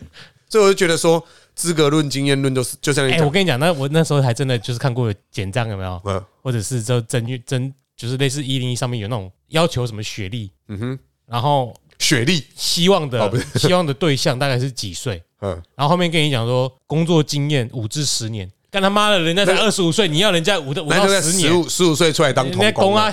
S2: 所以我就觉得说，资格论、经验论都是就像你
S1: 哎、
S2: 讲
S1: 我，跟你讲，那我那时候还真的就是看过有简章有没有，
S2: 嗯
S1: 或者是就真真就是类似一零一上面有那种要求什么学历，
S2: 嗯哼，
S1: 然后
S2: 学历，
S1: 希望的、
S2: 哦不
S1: 希望的对象大概是几岁，
S2: 嗯，
S1: 然后后面跟你讲说工作经验五至十年，干他妈的，人家才二十五岁，你要人家五到五
S2: 那
S1: 到
S2: 就在
S1: 十
S2: 十
S1: 年，
S2: 五十五岁出来当
S1: 人家
S2: 童
S1: 工
S2: 工
S1: 啊
S2: 啊，，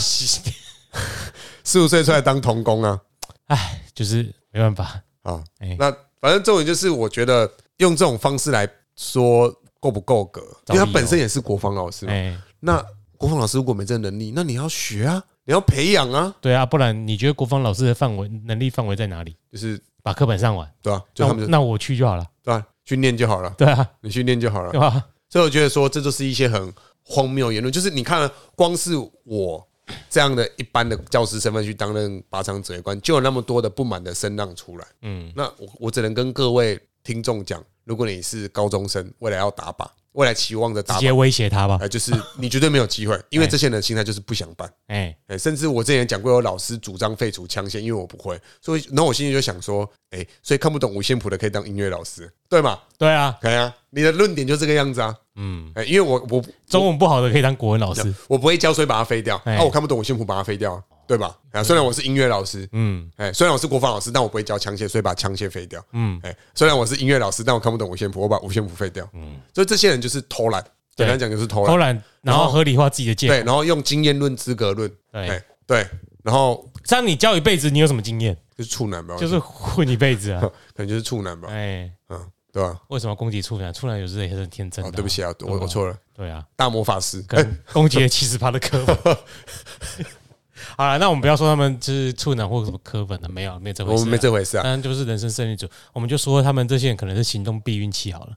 S2: 十五岁出来当童工啊，
S1: 哎，就是没办法，
S2: 啊
S1: 哎，
S2: 那反正重点就是，我觉得用这种方式来说够不够格，
S1: 找
S2: 因为他
S1: 理由
S2: 本身也是国防老师嘛。
S1: 哎，
S2: 那国防老师如果没这能力，那你要学啊，你要培养啊，
S1: 对啊，不然你觉得国防老师的范围能力范围在哪里？
S2: 就是
S1: 把课本上完，
S2: 对啊，就
S1: 那我
S2: 他们就
S1: 那我去就好了，
S2: 对啊，去念就好了，
S1: 对啊，
S2: 你去念就好了
S1: 对。吧？
S2: 所以我觉得说，这就是一些很荒谬的言论。就是你看啊，光是我这样的一般的教师身份去担任靶场指挥官，就有那么多的不满的声浪出来。
S1: 嗯，
S2: 那我我只能跟各位听众讲，如果你是高中生，未来要打靶，未来期望着打
S1: 直
S2: 靶
S1: 接威胁他吧，
S2: 哎，就是你绝对没有机会，因为这些人的心态就是不想办。
S1: 哎，
S2: 哎，甚至我之前讲过，有老师主张废除枪械，因为我不会，所以然后我心里就想说，哎，所以看不懂五线谱的可以当音乐老师，对嘛？
S1: 对啊，
S2: 可以啊，你的论点就这个样子啊。
S1: 嗯，
S2: 哎，因为我我
S1: 中文不好的可以当国文老师，
S2: 我不会教，所以把它废掉。
S1: 哎哦
S2: 啊，我看不懂五线谱，把它废掉，对吧？啊，虽然我是音乐老师，
S1: 嗯
S2: 哎，虽然我是国防老师，但我不会教枪械，所以把枪械废掉。
S1: 嗯，
S2: 哎，虽然我是音乐老师，但我看不懂五线谱，我把五线谱废掉。嗯，所以这些人就是偷懒，
S1: 对
S2: 简单讲就是偷懒
S1: 偷。懒，然后合理化自己的借
S2: 对，
S1: 口，
S2: 然后用经验论、资格论，
S1: 对
S2: 哎，，对，然后
S1: 这样你教一辈子，你有什么经验？
S2: 就是处男吧，
S1: 就是混一辈子啊，
S2: 可能就是处男吧，
S1: 哎，
S2: 嗯，对吧？
S1: 为什么攻击处男？处男有时候也是很天真的
S2: 哦，
S1: 啊，
S2: 对不起啊，我
S1: 对吧
S2: 我错了，
S1: 对啊，
S2: 大魔法师，哎
S1: 可能攻击了七十趴的科粉。 好了，那我们不要说他们就是处男或什么科粉了，没有，没有这回
S2: 我
S1: 事
S2: 们没
S1: 啊。
S2: 这回事
S1: 当
S2: 啊，
S1: 然就是人生胜利组，我们就说他们这些人可能是行动避孕器好了，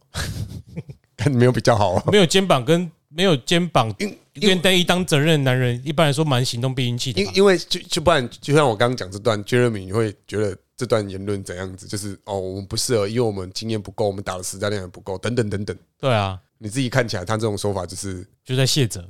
S2: 看没有比较好啊，
S1: 没有肩膀跟没有肩膀
S2: 因因为
S1: 愿意当责任的男人，一般来说蛮行动避孕器的吧
S2: 因。因为就就不然，就像我刚刚讲这段，Jeremy 你会觉得这段言论怎样子，就是哦，我们不适合，因为我们经验不够，我们打的实战量也不够，等等等等，
S1: 对啊，
S2: 你自己看起来他这种说法就是，
S1: 就在卸责。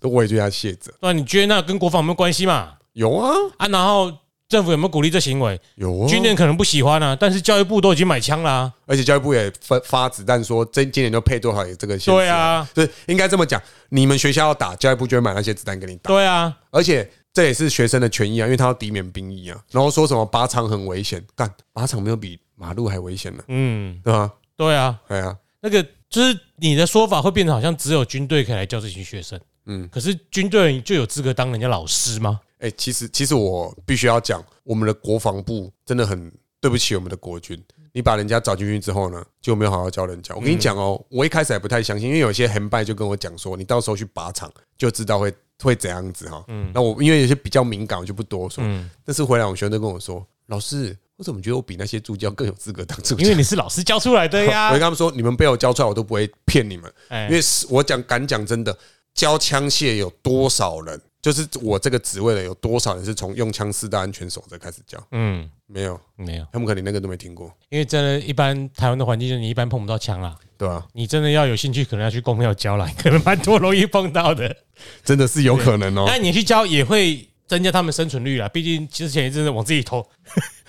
S2: 我也觉得他卸责，
S1: 对啊，你觉得那跟国防有没有关系嘛？
S2: 有啊，
S1: 啊，然后政府有没有鼓励这行为？
S2: 有啊，
S1: 军人可能不喜欢啊，但是教育部都已经买枪啦、
S2: 而且教育部也发发子弹说，这今年就配多少这个限制
S1: 对啊，
S2: 就是应该这么讲，你们学校要打，教育部就会买那些子弹给你打，
S1: 对啊，
S2: 而且这也是学生的权益啊，因为他要抵免兵役啊。然后说什么靶场很危险，干靶场没有比马路还危险呢、
S1: 嗯，
S2: 对吧？
S1: 对啊，
S2: 对啊，
S1: 那个就是你的说法会变成好像只有军队可以来教这群学生，嗯
S2: 嗯，
S1: 可是军队人就有资格当人家老师吗？
S2: 哎、其实其实我必须要讲，我们的国防部真的很对不起我们的国军。你把人家找进去之后呢，就没有好好教人家。我跟你讲哦，我一开始还不太相信，因为有些横拜就跟我讲说，你到时候去靶场就知道会会怎样子哈。嗯，那我因为有些比较敏感，我就不多说。
S1: 嗯，
S2: 但是回来，我学生都跟我说：“老师，我怎么觉得我比那些助教更有资格当助教？”
S1: 因为你是老师教出来的
S2: 我
S1: 呀
S2: 就跟。他们说：“你们被我教出来，我都不会骗你们，
S1: 啊哎
S2: 因为是我讲敢讲真的，教枪械有多少人？就是我这个职位的有多少人是从用枪四大安全守则开始教？
S1: 嗯，
S2: 没有，
S1: 没有，
S2: 他们可能连那个都没听过，
S1: 因为真的，一般台湾的环境就是你一般碰不到枪啦。
S2: 对吧、
S1: 你真的要有兴趣，可能要去公庙教啦， 可能蛮多容易碰到的。
S2: 真的是有可能哦、
S1: 但你去教也会增加他们生存率啦，毕竟之前一直往自己投，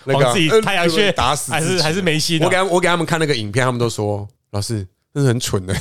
S2: 那个啊
S1: 往自己
S2: 呃
S1: 太阳穴
S2: 打死自己
S1: 还是还是没心啊。
S2: 我给他们我给他们看那个影片，他们都说：“老师，这是很蠢的。”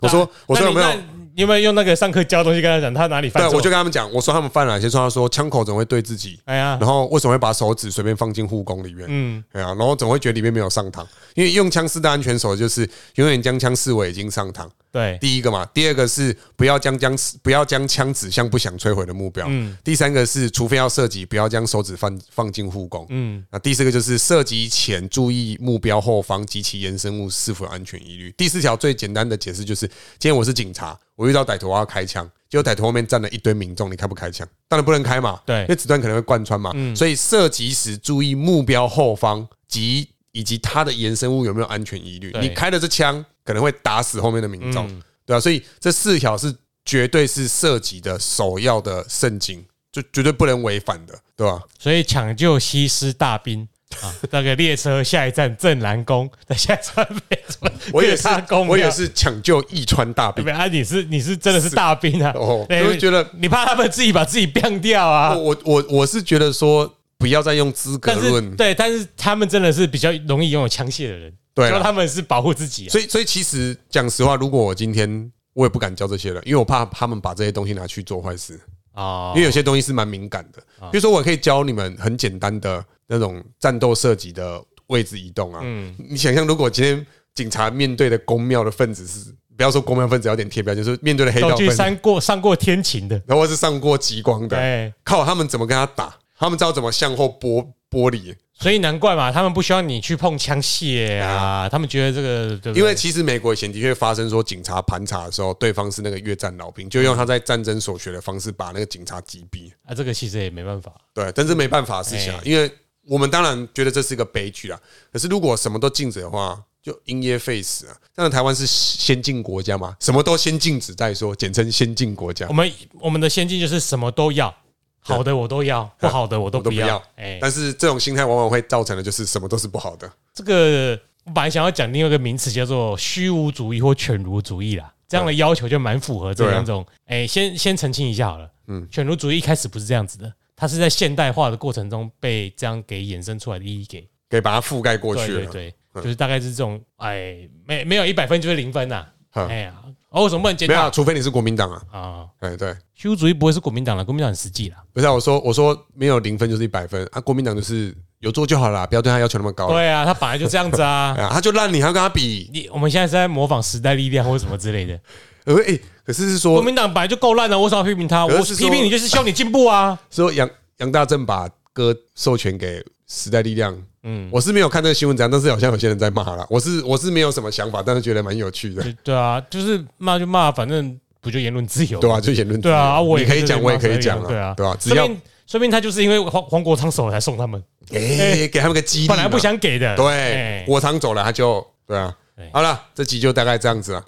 S2: 我说：“我说有没有
S1: 那？”你？那你有没有用那个上课教的东西跟他讲他哪里犯
S2: 对，啊
S1: 错？
S2: 我就跟他们讲，我说他们犯了哪些错。他说枪口怎么会对自己？
S1: 哎呀
S2: 然，后为什么会把手指随便放进护弓里面？啊嗯，对啊，然后总会觉得里面没有上膛，因为用枪四大安全守就是永远将枪视为已经上膛。
S1: 对，
S2: 第一个嘛，第二个是不要将将不要将枪指向不想摧毁的目标。第三个是除非要射击，不要将手指放放进护弓。嗯，那第四个就是射击前注意目标后方及其延伸物是否有安全疑虑。第四条最简单的解释就是，今天我是警察，我遇到歹徒我要开枪，结果歹徒后面站了一堆民众，你开不开枪？当然不能开嘛，
S1: 对
S2: 因为子弹可能会贯穿嘛。
S1: 嗯
S2: 所以射击时注意目标后方及以及它的延伸物有没有安全疑虑。
S1: 对嗯
S2: 你开了这枪，可能会打死后面的民众，对啊，所以这四条是绝对是涉及的首要的圣经，就绝对不能违反的，对吧、
S1: 所以抢救西施大兵啊， 那个列车下一站镇南宫，在下一站北村
S2: 我也
S1: 各
S2: 是
S1: 大宫，
S2: 我也。是抢救易川大
S1: 对
S2: 兵
S1: 不。对啊？你是你是真的是大兵啊！
S2: 哦
S1: 对
S2: 我就觉得哦
S1: 你怕他们自己把自己 变掉啊
S2: 我。我我我是觉得说，不要再用资格
S1: 但是
S2: 论，
S1: 对，但是他们真的是比较容易拥有枪械的人，
S2: 对啦
S1: 教他们是保护自己啊。
S2: 所以所以其实讲实话，如果我今天我也不敢教这些人，因为我怕他们把这些东西拿去做坏事。
S1: 哦
S2: 因为有些东西是蛮敏感的。比如说，我可以教你们很简单的那种战斗射击的位置移动啊。你想象如果今天警察面对的公庙的分子是，不要说公庙分子有点贴标签，就是面对的黑
S1: 都
S2: 道
S1: 去
S2: 分子，
S1: 上过上过天晴的，
S2: 然后是上过极光的，
S1: 对，
S2: 靠他们怎么跟他打？他们知道怎么向后剥剥离，
S1: 所以难怪嘛，他们不需要你去碰枪械啊，他们觉得这个对不对？
S2: 因为其实美国以前的确发生说，警察盘查的时候，对方是那个越战老兵，就用他在战争所学的方式把那个警察击毙。
S1: 啊，这个其实也没办法，
S2: 对，但是没办法的事情啊，
S1: 哎
S2: 因为我们当然觉得这是一个悲剧啊。可是如果什么都禁止的话，就因噎废食啊。当然，台湾是先进国家嘛，什么都先禁止再说，简称先进国家
S1: 我，们我们的先进就是什么都要，好的我都 要，不好的我都
S2: 我
S1: 不
S2: 都不
S1: 要
S2: 要。
S1: 哎，。
S2: 但是这种心态往往会造成的就是什么都是不好的。
S1: 这个我本来想要讲另外一个名词叫做虚无主义或犬儒主义啦，这样的要求就蛮符合这两
S2: 啊
S1: 种。哎、先先澄清一下好了，嗯，犬儒主义一开始不是这样子的，它是在现代化的过程中被这样给衍生出来的意义给。
S2: 给把它覆盖过
S1: 对
S2: 去
S1: 对
S2: 了，
S1: 对，就是大概是这种，哎，没没有一百分就是零分呐、
S2: 嗯
S1: 哎呀，哦，为什么不能检
S2: 没有、啊，
S1: 讨
S2: 除非你是国民党啊。
S1: 啊？
S2: 哎，对，
S1: 虚无主义不会是国民党了，国民党很实际啦。
S2: 不是、啊、我说，我说没有零分就是一百分啊，国民党就是有做就好啦，不要对他要求那么高啊。
S1: 对啊，他本来就这样子 啊。
S2: 啊，他就烂你，还要跟他比？
S1: 你我们现在是在模仿时代力量或什么之类 的，
S2: 呃，哎，可是是说
S1: 国民党本来就够烂啊了，我为什么要批评他？
S2: 可
S1: 我
S2: 是
S1: 批
S2: 说
S1: 评你就是希望你进步啊。
S2: 说杨杨大正把歌授权给时代力量。嗯，我是没有看这个新闻怎样，但是好像有些人在骂啦。我是我是没有什么想法，但是觉得蛮有趣的，
S1: 对 对啊，就是骂就骂，反正不就言论自由？
S2: 对啊，就言论自
S1: 对
S2: 由
S1: 啊，我
S2: 你
S1: 也
S2: 可以讲，我也可以讲
S1: 啊，对啊，
S2: 对啊，只
S1: 说
S2: 要
S1: 明说明他就是因为黄黄国昌手才送他们，
S2: 哎给他们个激励嘛，
S1: 本来不想给的。
S2: 对
S1: 哎，
S2: 我常走了，他就对啊
S1: 对。
S2: 好了，这集就大概这样子啊。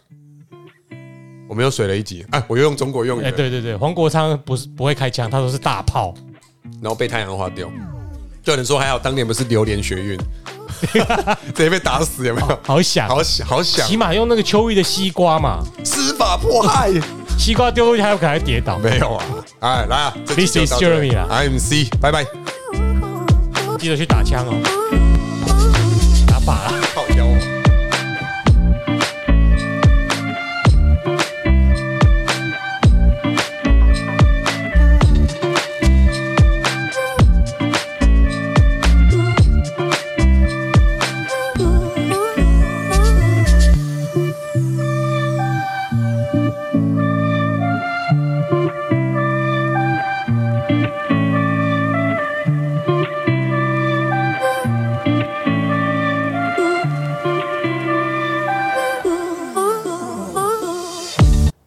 S2: 我们又水了一集，哎，我又用中国用语
S1: 哎，
S2: 了，
S1: 对对对，黄国昌不是不会开枪，他都是大炮。
S2: 然后被太阳花掉。就有人说还好，当年不是榴莲学运， 直接被打死有没有？
S1: 好想，啊
S2: 好想啊好想
S1: 起，码用那个秋玉的西瓜嘛，
S2: 司法迫害。
S1: 西瓜丢下去还有可能还跌倒。
S2: 没有啊，哎，来啊这集
S1: This
S2: 就
S1: is
S2: 到这里
S1: Jeremy 啊
S2: I'm C，拜拜，
S1: 记得去打枪哦，打靶啦。
S2: 靠腰啊。
S3: Ooh, ooh, ooh.